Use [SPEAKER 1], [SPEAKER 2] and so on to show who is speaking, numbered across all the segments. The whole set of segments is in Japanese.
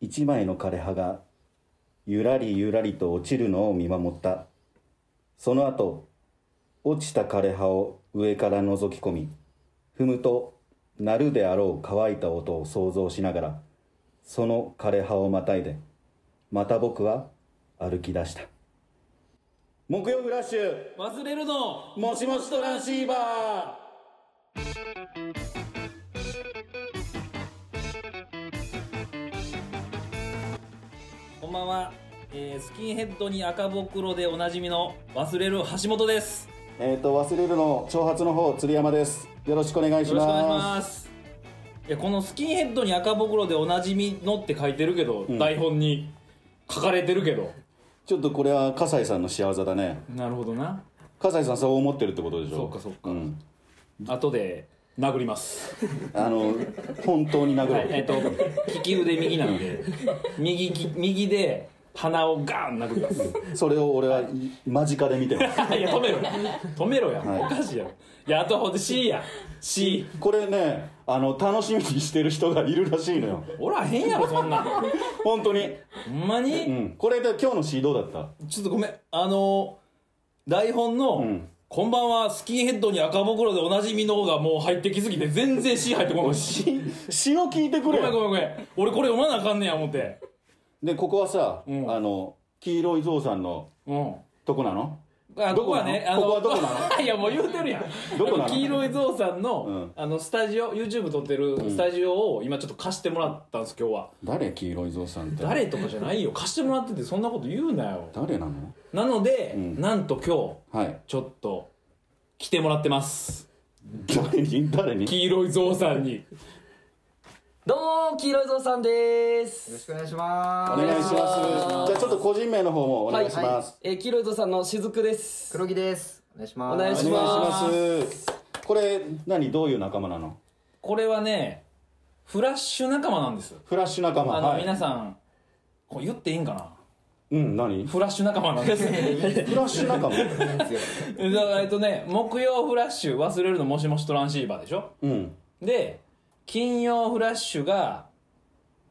[SPEAKER 1] 一枚の枯れ葉がゆらりゆらりと落ちるのを見守ったその後落ちた枯れ葉を上から覗き込み踏むと鳴るであろう乾いた音を想像しながらその枯れ葉をまたいでまた僕は歩き出した木曜フラッシュ
[SPEAKER 2] 忘れるの
[SPEAKER 1] もしもしトランシーバー
[SPEAKER 2] こんばんは、えースキンヘッドに赤袋でおなじみの忘れる橋本です
[SPEAKER 1] えっ、と忘れるの長髪の方鶴山ですよろしくお願いし
[SPEAKER 2] よ
[SPEAKER 1] ま
[SPEAKER 2] ろし
[SPEAKER 1] す
[SPEAKER 2] くお願いしますいやこのスキンヘッドに赤袋でおなじみのって書いてるけど、
[SPEAKER 1] ん
[SPEAKER 2] 台本に書かれてるけど
[SPEAKER 1] ちょっとこれは笠井さんの仕業だね
[SPEAKER 2] なるほどな
[SPEAKER 1] 笠井さんそう思ってるってことでしょ
[SPEAKER 2] そうかそうか
[SPEAKER 1] ん
[SPEAKER 2] 後で殴ります
[SPEAKER 1] あの本当に殴る、
[SPEAKER 2] えっと利き腕右なんで右き右で鼻をガーン殴ります
[SPEAKER 1] それを俺は間近で見てます
[SPEAKER 2] いや止めろ止めろや、
[SPEAKER 1] はい
[SPEAKER 2] おかしいやろいやあとはほんで C や C
[SPEAKER 1] これねあの楽しみにしてる人がいるらしいのよ
[SPEAKER 2] おらへんやろそんなんほ
[SPEAKER 1] 本当に、
[SPEAKER 2] んまに、
[SPEAKER 1] うん、これで今日のシードだった
[SPEAKER 2] ちょっとごめんあのー台本の、
[SPEAKER 1] ん
[SPEAKER 2] こんばんは、スキンヘッドに赤袋でおなじみの方がもう入ってきすぎて全然 C 入ってこな い。
[SPEAKER 1] 詩詩を聞いてく
[SPEAKER 2] ご
[SPEAKER 1] れ
[SPEAKER 2] めんごめんごめん。俺これ読まなあかんねや思って。
[SPEAKER 1] でここはさ、
[SPEAKER 2] ん
[SPEAKER 1] あの黄色いゾウさんの
[SPEAKER 2] うん。
[SPEAKER 1] とこなの
[SPEAKER 2] あ
[SPEAKER 1] ど
[SPEAKER 2] こ
[SPEAKER 1] こ
[SPEAKER 2] こ
[SPEAKER 1] な
[SPEAKER 2] は
[SPEAKER 1] の
[SPEAKER 2] ね、
[SPEAKER 1] ここはどこな
[SPEAKER 2] いや、もう言うてるやん。
[SPEAKER 1] どこなの
[SPEAKER 2] あの黄色いゾウさんの、
[SPEAKER 1] うん
[SPEAKER 2] あの、スタジオ、YouTube 撮ってるスタジオを今ちょっと貸してもらったんです、今日は。
[SPEAKER 1] 誰黄色いゾウさんって
[SPEAKER 2] 誰とかじゃないよ。貸してもらっててそんなこと言うなよ。
[SPEAKER 1] 誰なの
[SPEAKER 2] なので、
[SPEAKER 1] ん
[SPEAKER 2] なんと今
[SPEAKER 1] はい
[SPEAKER 2] 日、ちょっと、来てもらってます。
[SPEAKER 1] 誰に誰に
[SPEAKER 2] 黄色いゾウさんに。
[SPEAKER 3] どうも黄色いぞうさんです
[SPEAKER 4] よろしくお願いします。
[SPEAKER 1] お願いします
[SPEAKER 3] お願いします
[SPEAKER 1] じゃあちょっと個人名の方もお願いします、
[SPEAKER 3] はい、えー、黄色いぞうさんのしずくです
[SPEAKER 4] 黒木です。お願いします。
[SPEAKER 3] お願い
[SPEAKER 1] お
[SPEAKER 3] し
[SPEAKER 1] 願いし
[SPEAKER 3] ま
[SPEAKER 1] ますこれ何どういう仲間なの
[SPEAKER 2] これはね、フラッシュ仲間なんです。
[SPEAKER 1] フラッシュ仲間
[SPEAKER 2] あの、
[SPEAKER 1] はい
[SPEAKER 2] 皆さん、これ言っていいんかな
[SPEAKER 1] うん何フ
[SPEAKER 2] フラッシュ仲間なんです。
[SPEAKER 1] ラッシュ仲間
[SPEAKER 2] えっとね、木曜フラッシュ、忘れるのもしもしトランシーバーでしょ
[SPEAKER 1] うん
[SPEAKER 2] で、金曜フラッシュが、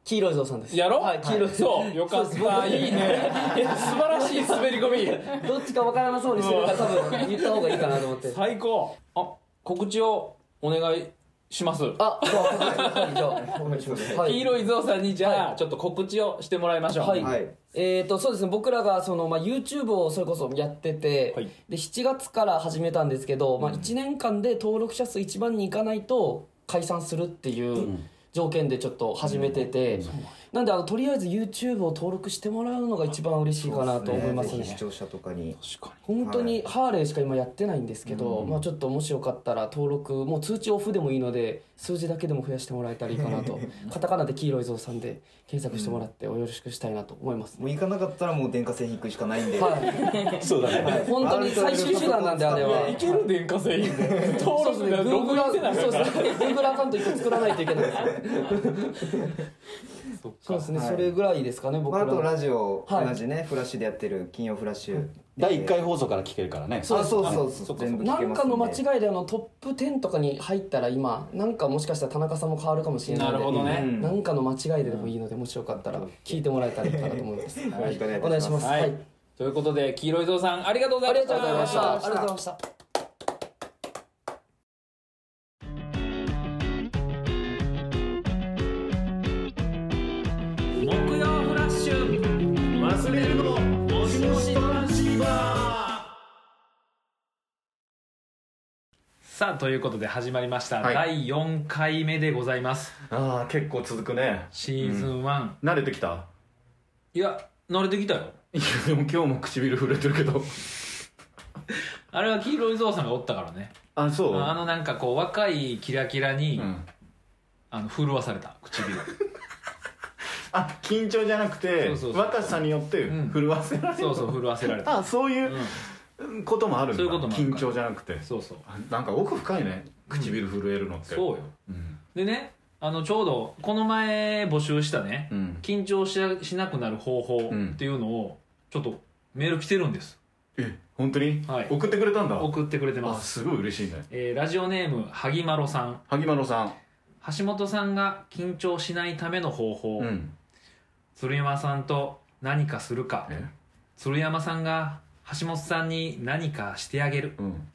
[SPEAKER 3] 黄色いぞうさんです
[SPEAKER 2] やろ
[SPEAKER 3] はい黄色いぞ
[SPEAKER 2] そう、 よかった。いいね。いや素晴らしい滑り込み。
[SPEAKER 3] うどっちかわからなそうにしてるから多分言った方がいいかなと思っ て
[SPEAKER 2] 最高。あ、告知をお願いします。
[SPEAKER 3] あそうはいじゃあお願いしますは
[SPEAKER 2] 黄色いゾウさんに、じゃあ、ちょっと告知をしてもらいましょう。
[SPEAKER 3] はい、
[SPEAKER 4] はい
[SPEAKER 3] えっ、とそうですね僕らがその、まあ、YouTube をそれこそやってて、
[SPEAKER 2] はい
[SPEAKER 3] で7月から始めたんですけど、まあ、1年間で登録者数1万人いかないと解散するっていう条件でちょっと始めてて、なんであのとりあえず YouTube を登録してもらうのが一番嬉しいかなと思います
[SPEAKER 4] ぜ
[SPEAKER 3] ね
[SPEAKER 4] ひ視聴者とかに。
[SPEAKER 2] 確かに。
[SPEAKER 3] 本当にハーレーしか今やってないんですけど、まあ、ちょっともしよかったら登録もう通知オフでもいいので数字だけでも増やしてもらえたらいいかな とカタカナで黄色いぞうさんで検索してもらっておよろしくしたいなと思いますね
[SPEAKER 4] もう行かなかったらもう電化製品行くしかないんで。
[SPEAKER 3] はい、
[SPEAKER 1] そうだね
[SPEAKER 3] 本当に最終手段なんであれは。
[SPEAKER 2] いける電化製品で。登録がログインせなあか
[SPEAKER 3] そ
[SPEAKER 2] ん
[SPEAKER 3] う
[SPEAKER 2] から
[SPEAKER 3] ですね Google アカウント1個作らないといけないです
[SPEAKER 2] そっか
[SPEAKER 3] そうですね、
[SPEAKER 4] はい
[SPEAKER 3] それぐらいですかね
[SPEAKER 4] ま
[SPEAKER 3] 僕
[SPEAKER 4] あ、
[SPEAKER 3] ら
[SPEAKER 4] あとラジオ、
[SPEAKER 3] はい
[SPEAKER 4] 同じね、フラッシュでやってる金曜フラッシュ。
[SPEAKER 1] 第一回放送から聞けるからね
[SPEAKER 4] あ、そうそう
[SPEAKER 2] そ
[SPEAKER 4] そうう。
[SPEAKER 2] か
[SPEAKER 4] 全部聞
[SPEAKER 3] な
[SPEAKER 4] け
[SPEAKER 3] ん
[SPEAKER 4] ます
[SPEAKER 3] か
[SPEAKER 4] んで。
[SPEAKER 3] の間違いであのトップ10とかに入ったら今なんかもしかしたら田中さんも変わるかもしれない
[SPEAKER 2] な
[SPEAKER 3] の
[SPEAKER 2] る
[SPEAKER 3] で
[SPEAKER 2] ほどね。
[SPEAKER 4] うん
[SPEAKER 3] なんかの間違いででもいいのでもしよかったら聞いてもらえたらいいかなと思います
[SPEAKER 4] よろしくお願いいたします
[SPEAKER 3] お願いします
[SPEAKER 2] は
[SPEAKER 3] はいい。
[SPEAKER 2] ということで、黄色いゾウさん、ありがとうござ
[SPEAKER 3] あ
[SPEAKER 2] いま
[SPEAKER 3] り
[SPEAKER 2] し
[SPEAKER 3] が
[SPEAKER 2] た。
[SPEAKER 3] とうございましたありがとうございました
[SPEAKER 2] 木曜フラッシュ忘れるのもしもしトランシーバーさあということで始まりました、
[SPEAKER 1] はい
[SPEAKER 2] 第4回目でございます
[SPEAKER 1] ああ結構続くね
[SPEAKER 2] シーズン1、
[SPEAKER 1] 慣れてきた
[SPEAKER 2] いや慣れてきたよ
[SPEAKER 1] いやでも今日も唇震えてるけど
[SPEAKER 2] あれは黄色いゾウさんがおったからね
[SPEAKER 1] あそ
[SPEAKER 2] あのなんかこう若いキラキラに、
[SPEAKER 1] うん
[SPEAKER 2] あの震わされた唇
[SPEAKER 1] あ緊張じゃなくて
[SPEAKER 2] そうそうそう
[SPEAKER 1] 若さによって
[SPEAKER 2] うん
[SPEAKER 1] 震わせられる
[SPEAKER 2] そうそう震わせられた
[SPEAKER 1] あそういううこともあるんだ
[SPEAKER 2] そういうこともある
[SPEAKER 1] 緊張じゃなくて
[SPEAKER 2] そうそう
[SPEAKER 1] あなんか奥深いね唇震えるのって
[SPEAKER 2] そうよ
[SPEAKER 1] うん
[SPEAKER 2] でねあのちょうどこの前募集したね、
[SPEAKER 1] うん
[SPEAKER 2] 緊張しなしなくなる方法
[SPEAKER 1] うん
[SPEAKER 2] っていうのをちょっとメール来てるんです
[SPEAKER 1] え本当に
[SPEAKER 2] はい
[SPEAKER 1] 送ってくれたんだ
[SPEAKER 2] 送ってくれて
[SPEAKER 1] あ
[SPEAKER 2] ます、
[SPEAKER 1] すごい嬉しいね
[SPEAKER 2] えーラジオネーム萩まろさん
[SPEAKER 1] 萩丸さん
[SPEAKER 2] 橋本さんが緊張しないための方法、
[SPEAKER 1] うん
[SPEAKER 2] 鶴山さんと何かするか鶴山さんが橋本さんに何かしてあげる
[SPEAKER 1] うん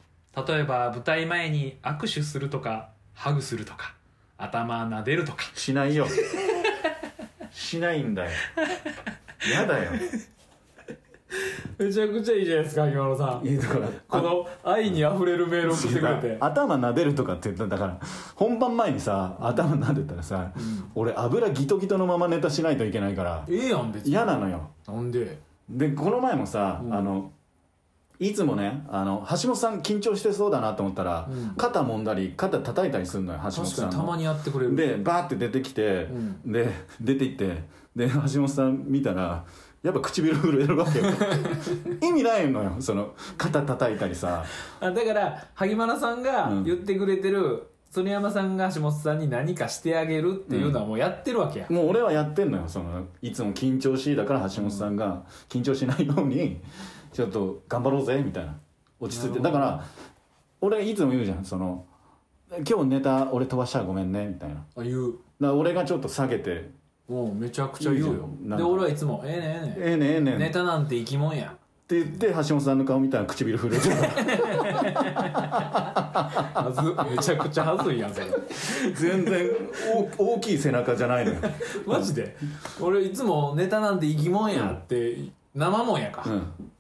[SPEAKER 2] 例えば舞台前に握手するとかハグするとか頭撫でるとか
[SPEAKER 1] しないよしないんだよやだよ
[SPEAKER 3] めちゃくちゃいいじゃないですか今野さん
[SPEAKER 1] いやだから
[SPEAKER 3] この愛にあふれるメールを送ってくれて
[SPEAKER 1] 頭撫でるとかって言ったらだから本番前にさ頭撫でたらさ、俺油ギトギトのままネタしないといけないから
[SPEAKER 3] ええやん別に
[SPEAKER 1] 嫌なのよ
[SPEAKER 3] なんで
[SPEAKER 1] でこの前もさ、あのいつもねあの橋本さん緊張してそうだなと思ったら、
[SPEAKER 3] うん
[SPEAKER 1] 肩揉んだり肩叩いたりするのよ橋本
[SPEAKER 3] 確か
[SPEAKER 1] さん
[SPEAKER 3] に
[SPEAKER 1] の
[SPEAKER 3] たまにやってくれる
[SPEAKER 1] でバーって出てきて、
[SPEAKER 3] う
[SPEAKER 1] で出て行ってで橋本さん見たらやっぱ唇震えるわけよ意味ないのよその肩叩いたりさ
[SPEAKER 2] あだから萩原さんが
[SPEAKER 1] うん
[SPEAKER 2] 言ってくれてる鶴山さんが橋本さんに何かしてあげるっていうのはもうやってるわけや、
[SPEAKER 1] もう俺はやってんのよそのいつも緊張しいだから橋本さんが緊張しないようにちょっと頑張ろうぜみたいな落ち着いてだから俺いつも言うじゃんその今日ネタ俺飛ばしたらごめんねみたいなだか
[SPEAKER 2] あ言う
[SPEAKER 1] ら俺がちょっと下げて
[SPEAKER 2] もうめちゃくちゃ言う
[SPEAKER 1] いいじ
[SPEAKER 2] よ
[SPEAKER 1] ゃんなん
[SPEAKER 2] で
[SPEAKER 1] か
[SPEAKER 2] 俺はいつも「ええね
[SPEAKER 1] 「
[SPEAKER 2] ええね
[SPEAKER 1] ええねんええねん」
[SPEAKER 2] ネタなんて生き物や
[SPEAKER 1] って言って橋本さんの顔見たら唇震えてる
[SPEAKER 2] はず めちゃくちゃはずいやんそれ
[SPEAKER 1] 全然お大きい背中じゃないのよ、
[SPEAKER 2] マジで俺いつもネタなんて生き物やって生もんやか、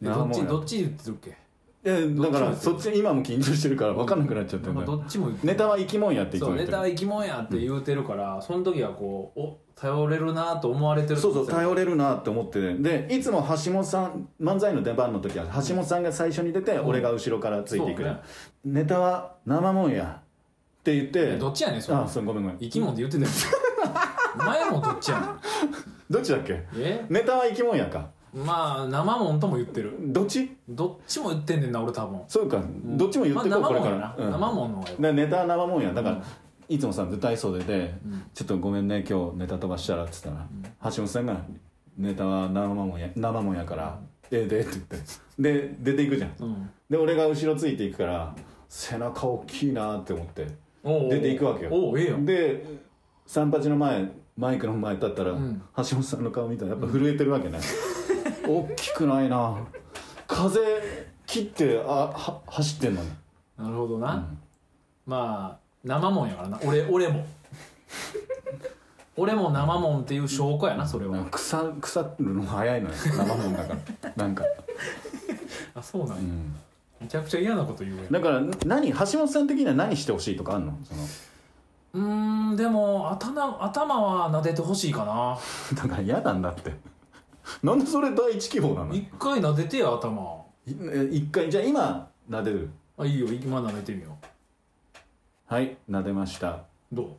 [SPEAKER 2] でどっちどっち言ってるっけ
[SPEAKER 1] えだから
[SPEAKER 2] どっちもやってる
[SPEAKER 1] そっち今も緊張してるから分かんなくなっちゃって
[SPEAKER 2] な
[SPEAKER 1] る
[SPEAKER 2] ん
[SPEAKER 1] ん
[SPEAKER 2] か
[SPEAKER 1] だ
[SPEAKER 2] ど
[SPEAKER 1] よ
[SPEAKER 2] っちも言って
[SPEAKER 1] ネタは生き物やって言
[SPEAKER 2] そ
[SPEAKER 1] っ
[SPEAKER 2] う
[SPEAKER 1] て
[SPEAKER 2] ネ
[SPEAKER 1] る
[SPEAKER 2] タは生き物やって言うてるから、その時はこうお頼れるなと思われてるって
[SPEAKER 1] そ
[SPEAKER 2] こ
[SPEAKER 1] うそ
[SPEAKER 2] と
[SPEAKER 1] う頼れるなって思ってでいつも橋本さん漫才の出番の時は橋本さんが最初に出て、俺が後ろからついていく、
[SPEAKER 2] そうね
[SPEAKER 1] ネタは生もんやって言っ
[SPEAKER 2] いや
[SPEAKER 1] て
[SPEAKER 2] どっちやねんそれ
[SPEAKER 1] あそうごめんごめん
[SPEAKER 2] 生き物って言ってたよ お前もどっちやねん
[SPEAKER 1] どっちだっけ
[SPEAKER 2] え
[SPEAKER 1] ネタは生き物やか
[SPEAKER 2] まあ生もんとも言ってる
[SPEAKER 1] どっち
[SPEAKER 2] どっちも言ってんねんな俺多分
[SPEAKER 1] そうか、どっちも言ってこう、
[SPEAKER 2] まあ、
[SPEAKER 1] こ
[SPEAKER 2] 生
[SPEAKER 1] れ
[SPEAKER 2] も
[SPEAKER 1] か
[SPEAKER 2] んやな、
[SPEAKER 1] ら、うん
[SPEAKER 2] 生もんの方がよ
[SPEAKER 1] でネタは生もんやだから、いつもさ舞台袖で、ちょっとごめんね今日ネタ飛ばしたら」っつったら、橋本さんが「ネタは生もんや生もんやから、ええで」って言ってで出ていくじゃん、
[SPEAKER 2] ん
[SPEAKER 1] で俺が後ろついていくから背中大きいなって思って
[SPEAKER 2] おうおう
[SPEAKER 1] 出ていくわけよ
[SPEAKER 2] おうええよ
[SPEAKER 1] で三八の前マイクの前立ったら、橋本さんの顔見たらやっぱ震えてるわけ ね、大きくないな風切ってあは走ってんのに
[SPEAKER 2] なるほどな、まあ生もんやからな俺 俺も俺も生もんっていう証拠やなそれは、
[SPEAKER 1] なんか腐腐るの早い のよ生もんだからなんか、
[SPEAKER 2] あそうなんや、
[SPEAKER 1] うん
[SPEAKER 2] めちゃくちゃ嫌なこと言うやん
[SPEAKER 1] だから何橋本さん的には何してほしいとかあんのその
[SPEAKER 2] うーんでも頭頭は撫でてほしいかな
[SPEAKER 1] だから嫌なんだってなんでそれ第一希望なのい
[SPEAKER 2] 一回撫でてや頭
[SPEAKER 1] え一回じゃあ今撫でる
[SPEAKER 2] あいいよ今撫でてみよ
[SPEAKER 1] はい撫でました
[SPEAKER 2] うど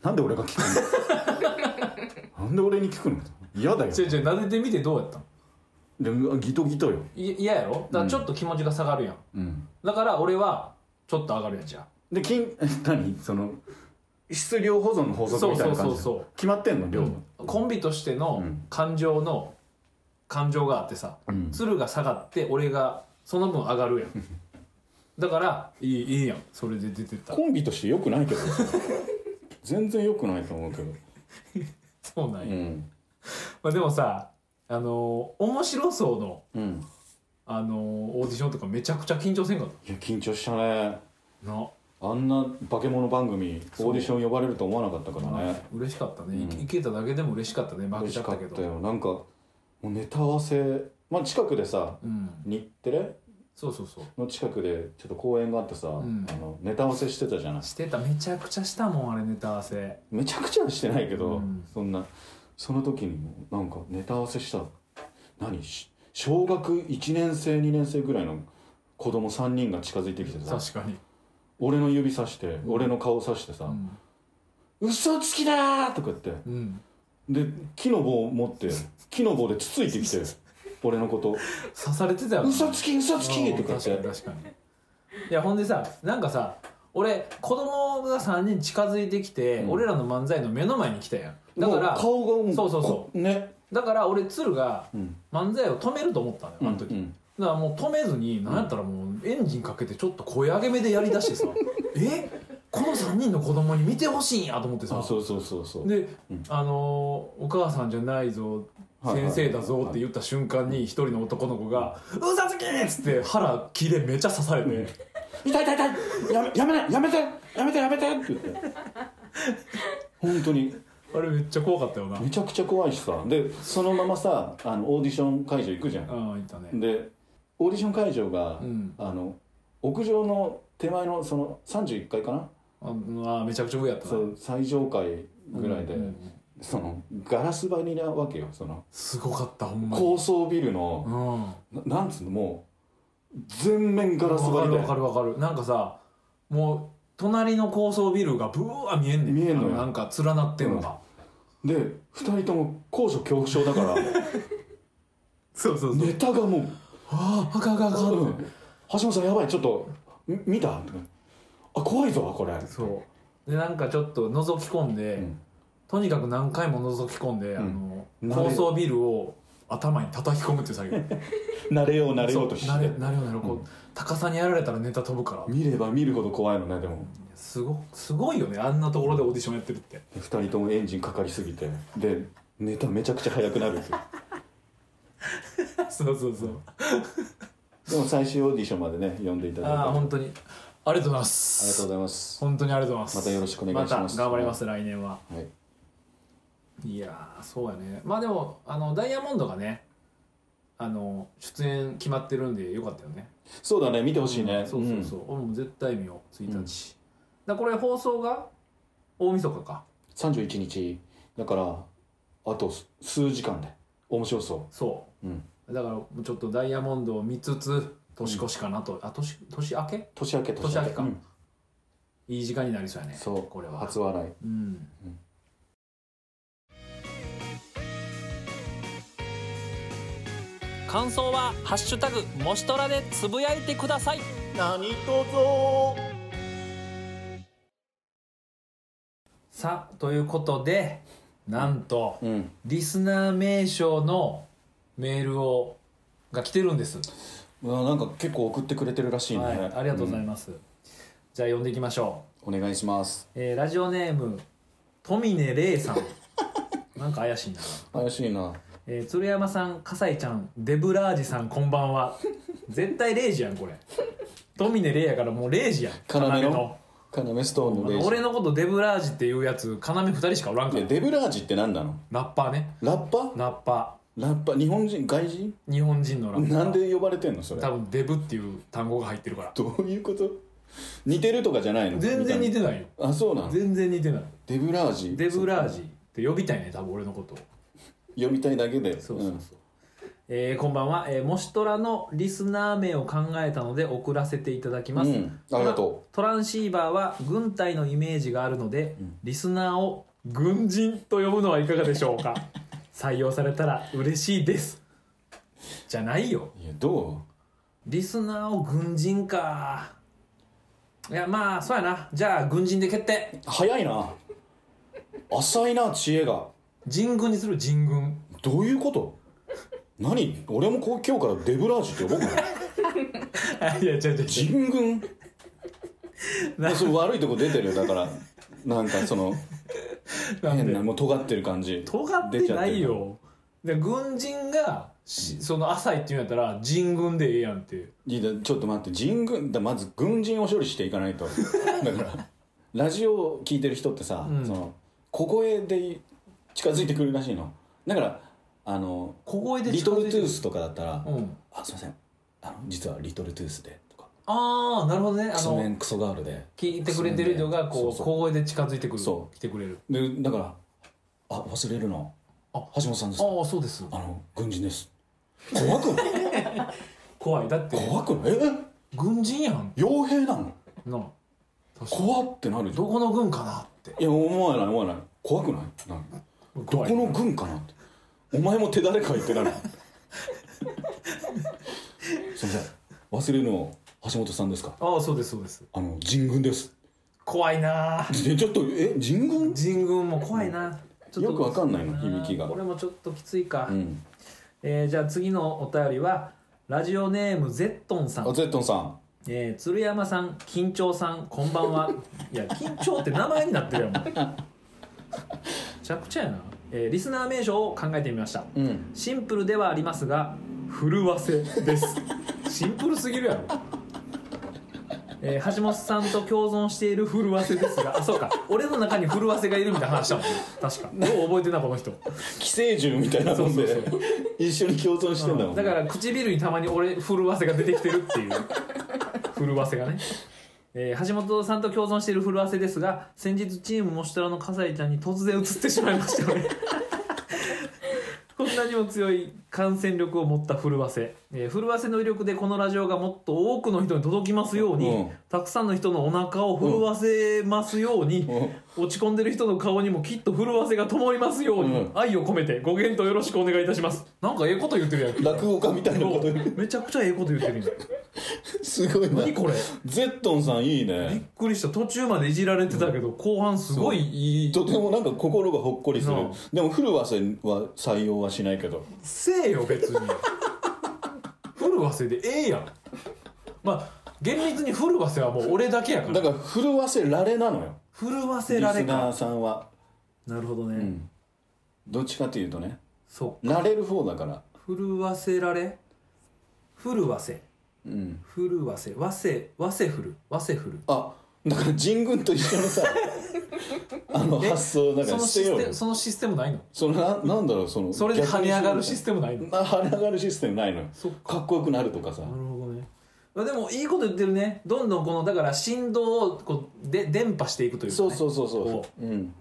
[SPEAKER 1] なんで俺が聞く のなんで俺に聞くの嫌だよ
[SPEAKER 2] う違う違う撫でてみてどうやったん
[SPEAKER 1] でもギトギトよ、
[SPEAKER 2] い嫌やろだからちょっと気持ちが下がるやん、
[SPEAKER 1] うん、
[SPEAKER 2] だから俺はちょっと上がるやんじゃあ
[SPEAKER 1] で金何その質量保存の法則みたいな感じ
[SPEAKER 2] そうそうそうそう
[SPEAKER 1] 決まってんの量、
[SPEAKER 2] コンビとしての
[SPEAKER 1] ん
[SPEAKER 2] 感情の感情があってさ、
[SPEAKER 1] ん
[SPEAKER 2] 鶴が下がって俺がその分上がる やんだからいいいいやんそれで出てった
[SPEAKER 1] コンビとして良くないけど全然良くないと思うけど
[SPEAKER 2] そうなん
[SPEAKER 1] う
[SPEAKER 2] や、
[SPEAKER 1] ん
[SPEAKER 2] まあ、でもさあのー面白そうの
[SPEAKER 1] うん
[SPEAKER 2] あのーオーディションとかめちゃくちゃ緊張せんかっ
[SPEAKER 1] いや緊張したね
[SPEAKER 2] たな
[SPEAKER 1] あんな化け物番組オーディション呼ばれると思わなかったからね
[SPEAKER 2] 嬉しかったね、いいけただけでも嬉しかったね負
[SPEAKER 1] 嬉
[SPEAKER 2] けち
[SPEAKER 1] し
[SPEAKER 2] ゃっ
[SPEAKER 1] か
[SPEAKER 2] た
[SPEAKER 1] っ
[SPEAKER 2] けど
[SPEAKER 1] たよなんかもうネタ合わせまあ近くでさ、
[SPEAKER 2] うん
[SPEAKER 1] 日テレ
[SPEAKER 2] そうそうそう
[SPEAKER 1] の近くでちょっと公演があってさ、
[SPEAKER 2] ん
[SPEAKER 1] あのネタ合わせしてたじゃない
[SPEAKER 2] してためちゃくちゃしたもんあれネタ合わせ
[SPEAKER 1] めちゃくちゃはしてないけど、
[SPEAKER 2] うん
[SPEAKER 1] そんなその時にもなんかネタ合わせした何し小学1年生2年生ぐらいの子供3人が近づいてきてさ
[SPEAKER 2] 確かに
[SPEAKER 1] 俺の指さして、俺の顔さしてさ「
[SPEAKER 2] ん
[SPEAKER 1] 嘘つきだ!」とか言って
[SPEAKER 2] うん
[SPEAKER 1] で木の棒を持 って木の棒でつついてきて俺のこと
[SPEAKER 2] 刺されてた
[SPEAKER 1] 「
[SPEAKER 2] よな
[SPEAKER 1] 嘘つき嘘つき!」とか言っ
[SPEAKER 2] 確かに
[SPEAKER 1] て
[SPEAKER 2] 確かにいやほんでさなんかさ俺子供が3人近づいてきて、俺らの漫才の目の前に来たやんだから
[SPEAKER 1] もう顔がもう
[SPEAKER 2] そうそうそ
[SPEAKER 1] こね
[SPEAKER 2] うだから俺鶴が
[SPEAKER 1] ん
[SPEAKER 2] 漫才を止めると思ったのよあの
[SPEAKER 1] う
[SPEAKER 2] 時、
[SPEAKER 1] ん
[SPEAKER 2] だからもう止めずになんやったらもうエンジンかけてちょっと声上げ目でやりだしてさ「えこの3人の子供に見てほしいんやと思ってさ
[SPEAKER 1] そうそうそうそう
[SPEAKER 2] で、
[SPEAKER 1] うん
[SPEAKER 2] あのーお母さんじゃないぞ
[SPEAKER 1] はいはい
[SPEAKER 2] 先生だぞって言った瞬間に一人の男の子が「うさつき!」っつって腹切れめっちゃ刺されて
[SPEAKER 1] 痛い痛い痛いやめやめないやめてやめてやめてって言って本当に
[SPEAKER 2] あれめっちゃ怖かったよな
[SPEAKER 1] めちゃくちゃ怖いしさでそのままさあのオーディション会場行くじゃん
[SPEAKER 2] ああいったね
[SPEAKER 1] でオーディション会場が、
[SPEAKER 2] うん
[SPEAKER 1] あの屋上の手前のその31階かな、
[SPEAKER 2] ああめちゃくちゃ上やったな
[SPEAKER 1] そう最上階ぐらいで、
[SPEAKER 2] うんうん
[SPEAKER 1] そのガラス張りなわけよその
[SPEAKER 2] すごかったほんまに
[SPEAKER 1] 高層ビルの、
[SPEAKER 2] うん
[SPEAKER 1] ななんつうのもう全面ガラス張りで
[SPEAKER 2] わかるわかるわかるなんかさもう隣の高層ビルがブワー見えんねん
[SPEAKER 1] 見えんのよ
[SPEAKER 2] あなんか連なってんのが、
[SPEAKER 1] で2人とも高所恐怖症だ から
[SPEAKER 2] そうそう
[SPEAKER 1] ネタがもう
[SPEAKER 2] あああかんあかんあかんって、
[SPEAKER 1] うん橋本さんやばいちょっとみ見たとかあ怖いぞこれ
[SPEAKER 2] そうでなんかちょっと覗き込んで、
[SPEAKER 1] うん
[SPEAKER 2] とにかく何回も覗き込んで、
[SPEAKER 1] うん
[SPEAKER 2] あの
[SPEAKER 1] 慣れ
[SPEAKER 2] 高層ビルを頭に叩き込むっていう作業
[SPEAKER 1] 慣れよう慣れ
[SPEAKER 2] そ
[SPEAKER 1] よ
[SPEAKER 2] う
[SPEAKER 1] うとし
[SPEAKER 2] なれ
[SPEAKER 1] て
[SPEAKER 2] なれようなれようこう、
[SPEAKER 1] うん
[SPEAKER 2] 高さにやられたらネタ飛ぶから
[SPEAKER 1] 見れば見るほど怖いのねでも
[SPEAKER 2] すごすごいよねあんなところでオーディションやってるって
[SPEAKER 1] 2人ともエンジンかかりすぎてでネタめちゃくちゃ速くなるんです よ
[SPEAKER 2] そうそうそう
[SPEAKER 1] でも最終オーディションまでね呼んでいただいて
[SPEAKER 2] あ
[SPEAKER 1] あ
[SPEAKER 2] あ
[SPEAKER 1] り
[SPEAKER 2] 本当にありがとうございま
[SPEAKER 1] がとう
[SPEAKER 2] す
[SPEAKER 1] ございます
[SPEAKER 2] 本当にありがとうございます
[SPEAKER 1] またよろしくお願いします
[SPEAKER 2] また頑張ります来年は
[SPEAKER 1] はい
[SPEAKER 2] いやーそうやねまあでもあのダイヤモンドがねあの出演決まってるんでよかったよね
[SPEAKER 1] そうだね見てほしいね
[SPEAKER 2] そうそうそうう、俺も絶対見よう1日、だからこれ放送が大晦日か
[SPEAKER 1] ん31日だからあとす数時間で面白そ
[SPEAKER 2] そう
[SPEAKER 1] うん
[SPEAKER 2] うだからもうちょっとダイヤモンドを見つつ年越しかなと、あ年年明け
[SPEAKER 1] 年明け
[SPEAKER 2] 年明けか
[SPEAKER 1] うん
[SPEAKER 2] いい時間になりそうやね
[SPEAKER 1] そう
[SPEAKER 2] これは
[SPEAKER 1] 初笑い
[SPEAKER 2] うん
[SPEAKER 5] 感想は「ハッシュタグもしトラ」でつぶやいてください
[SPEAKER 2] さあということでなんと、
[SPEAKER 1] うん
[SPEAKER 2] リスナー名称のメールをが来てるんです、
[SPEAKER 1] うわなんか結構送ってくれてるらしいね、
[SPEAKER 2] はい、ありがとうござい
[SPEAKER 1] ま
[SPEAKER 2] ます、じゃあ読んでいきましょう
[SPEAKER 1] す、お願いします
[SPEAKER 2] えーラジオネーム富根礼さんなんか怪しいな、
[SPEAKER 1] 怪しいな
[SPEAKER 2] えー鶴山さん笠井ちゃんデブラージさんこんばんは絶対0時やんこれ富根礼やからもう0時やん
[SPEAKER 1] 要の要ストーンの
[SPEAKER 2] 要
[SPEAKER 1] レイ
[SPEAKER 2] の
[SPEAKER 1] ジ
[SPEAKER 2] 俺のことデブラージっていうやつ要2人しかおらんか
[SPEAKER 1] い
[SPEAKER 2] ら
[SPEAKER 1] やデブラージって何なの
[SPEAKER 2] ラッパーね
[SPEAKER 1] ラッパ
[SPEAKER 2] ラッパ
[SPEAKER 1] ラッパ日本人外人
[SPEAKER 2] ー日本人のラッパー
[SPEAKER 1] なんで呼ばれてんのそれ
[SPEAKER 2] 多分デブっていう単語が入ってるから
[SPEAKER 1] どういうこと似てるとかじゃないの
[SPEAKER 2] 全然似
[SPEAKER 1] て
[SPEAKER 2] てないよ
[SPEAKER 1] あそうなの
[SPEAKER 2] 全然似てない
[SPEAKER 1] デブラージ
[SPEAKER 2] デブラージって呼びたいね多分俺のことを
[SPEAKER 1] 読みたいだけで
[SPEAKER 2] そうそうそう、えーこんばんは、えー、もしトラのリスナー名を考えたので送らせていただきます、
[SPEAKER 1] うんありがと
[SPEAKER 2] トランシーバーは軍隊のイメージがあるので、リスナーを軍人と呼ぶのはいかがでしょうか 採用されたら嬉しいですじゃないよ
[SPEAKER 1] うんいやど
[SPEAKER 2] リスナーを軍人かいやまあそうやなじゃあ軍人で決定
[SPEAKER 1] う早いな浅いな知恵が
[SPEAKER 2] 人軍にする人軍
[SPEAKER 1] どういうこと何俺もこう今日からデブラージって呼ぼうかな
[SPEAKER 2] いや違う違う違う
[SPEAKER 1] 人 軍それ悪いとこ出てるよだからなんかその
[SPEAKER 2] なん
[SPEAKER 1] 変
[SPEAKER 2] で
[SPEAKER 1] なもう尖ってる感じ
[SPEAKER 2] 尖っ
[SPEAKER 1] 出
[SPEAKER 2] て
[SPEAKER 1] ちゃ
[SPEAKER 2] な
[SPEAKER 1] ってる
[SPEAKER 2] いよで軍人がしその浅いって言うんやったら人軍でええやんって
[SPEAKER 1] いやちょっと待って人軍だまず軍人を処理していかないとだからラジオを聞いてる人ってさ、
[SPEAKER 2] うん
[SPEAKER 1] その小声で近づいてくるらしいのだからあの
[SPEAKER 2] 小声で
[SPEAKER 1] リトルトゥー
[SPEAKER 2] ス
[SPEAKER 1] スとかだったら「
[SPEAKER 2] うん
[SPEAKER 1] あすいませんあの実はリトルトゥースで」とか
[SPEAKER 2] ああなるほどね
[SPEAKER 1] 「
[SPEAKER 2] あ
[SPEAKER 1] クソメン
[SPEAKER 2] の
[SPEAKER 1] クソガールで
[SPEAKER 2] 聞いてくれてる人がこう
[SPEAKER 1] そうそう
[SPEAKER 2] 小声で近づいてくる
[SPEAKER 1] そう
[SPEAKER 2] 来てくれる」
[SPEAKER 1] でだから「あ忘れるの
[SPEAKER 2] あ
[SPEAKER 1] 橋本さんです
[SPEAKER 2] ああそうです
[SPEAKER 1] あの軍人です」怖くない
[SPEAKER 2] 怖いだって
[SPEAKER 1] 怖くないえ
[SPEAKER 2] 軍人やん
[SPEAKER 1] 傭兵なの
[SPEAKER 2] な確かに
[SPEAKER 1] 怖ってなるじゃん
[SPEAKER 2] どこの軍かなって
[SPEAKER 1] いや思わない思わない怖くないなんかどこの軍かなってお前も手誰か言ってなるすいません忘れるの橋本さんですか
[SPEAKER 2] ああそうですそうです
[SPEAKER 1] あの人軍です
[SPEAKER 2] 怖いなあ
[SPEAKER 1] でちょっとえ人軍
[SPEAKER 2] 人軍も怖いなちょっと
[SPEAKER 1] よくわかんないの響きが
[SPEAKER 2] これもちょっときついか、
[SPEAKER 1] うん
[SPEAKER 2] えーじゃあ次のお便りはラジオネームゼットンさん
[SPEAKER 1] あゼットンさん
[SPEAKER 2] えー鶴山さん緊張さんこんばんはいや緊張って名前になってるやんもうめちゃくちゃやな、えーリスナー名称を考えてみました
[SPEAKER 1] うん
[SPEAKER 2] シンプルではありますが震わせですシンプルすぎるやろ、えー橋本さんと共存している震わせですがあそうか俺の中に震わせがいるみたいな話だもん確かよう覚えてんなこの人
[SPEAKER 1] 寄生獣みたいなもん
[SPEAKER 2] そう
[SPEAKER 1] で
[SPEAKER 2] そう
[SPEAKER 1] 一緒に共存してんだもん
[SPEAKER 2] だから唇にたまに俺震わせが出てきてるっ ていう震わせがね、えー橋本さんと共存している震わせですが先日チームもしトラの笠井ちゃんに突然移ってしまいましたね こんなにも強い感染力を持った震わせ、えー、震わせの威力でこのラジオがもっと多くの人に届きますように、
[SPEAKER 1] うん
[SPEAKER 2] たくさんの人のお腹を震わせますように、落ち込んでる人の顔にもきっと震わせが灯りますよう
[SPEAKER 1] う
[SPEAKER 2] に、
[SPEAKER 1] ん
[SPEAKER 2] 愛を込めてご検討よろしくお願いいたしますなんかええこと言ってるやん
[SPEAKER 1] 落語家みたいな こと言う
[SPEAKER 2] めちゃくちゃええこと言ってるやん
[SPEAKER 1] すごいな
[SPEAKER 2] 何これ
[SPEAKER 1] ゼットンさんいい
[SPEAKER 2] びっ
[SPEAKER 1] ね
[SPEAKER 2] くりした途中までいじられてたけど後半すごいいい
[SPEAKER 1] とてもなんか心がほっこりする
[SPEAKER 2] なあ
[SPEAKER 1] でも古わせは採用はしないけど
[SPEAKER 2] せえよ別に古わせでええやんまあ厳密に古わせはもう俺だけやから
[SPEAKER 1] だから震わせられなのよ
[SPEAKER 2] 震わせ
[SPEAKER 1] リス
[SPEAKER 2] られ
[SPEAKER 1] ナー
[SPEAKER 2] か
[SPEAKER 1] さんは
[SPEAKER 2] なるほどね、
[SPEAKER 1] うんどっちかというとね
[SPEAKER 2] そ
[SPEAKER 1] られる方だから
[SPEAKER 2] う震わせられ震わせ
[SPEAKER 1] うん
[SPEAKER 2] 震わせわせわせふるわせふる
[SPEAKER 1] あだから神軍と一緒の さあの
[SPEAKER 2] え
[SPEAKER 1] 発想だか
[SPEAKER 2] そ
[SPEAKER 1] ら
[SPEAKER 2] の
[SPEAKER 1] 捨
[SPEAKER 2] シ
[SPEAKER 1] て
[SPEAKER 2] ス
[SPEAKER 1] よう
[SPEAKER 2] テ
[SPEAKER 1] よ
[SPEAKER 2] ムそのシステムないの
[SPEAKER 1] そのななんだろうその
[SPEAKER 2] それで跳ね上がるシス
[SPEAKER 1] テ
[SPEAKER 2] テムないの
[SPEAKER 1] ム 跳ね上がるシステムないのよ
[SPEAKER 2] そっ
[SPEAKER 1] かっこよくなるとかさ
[SPEAKER 2] なるほどねまあでもいいこと言ってるねどんどんこのだから振動をこうで伝播していくというか、
[SPEAKER 1] そ
[SPEAKER 2] ね、
[SPEAKER 1] うそうそうそ
[SPEAKER 2] こ
[SPEAKER 1] ううん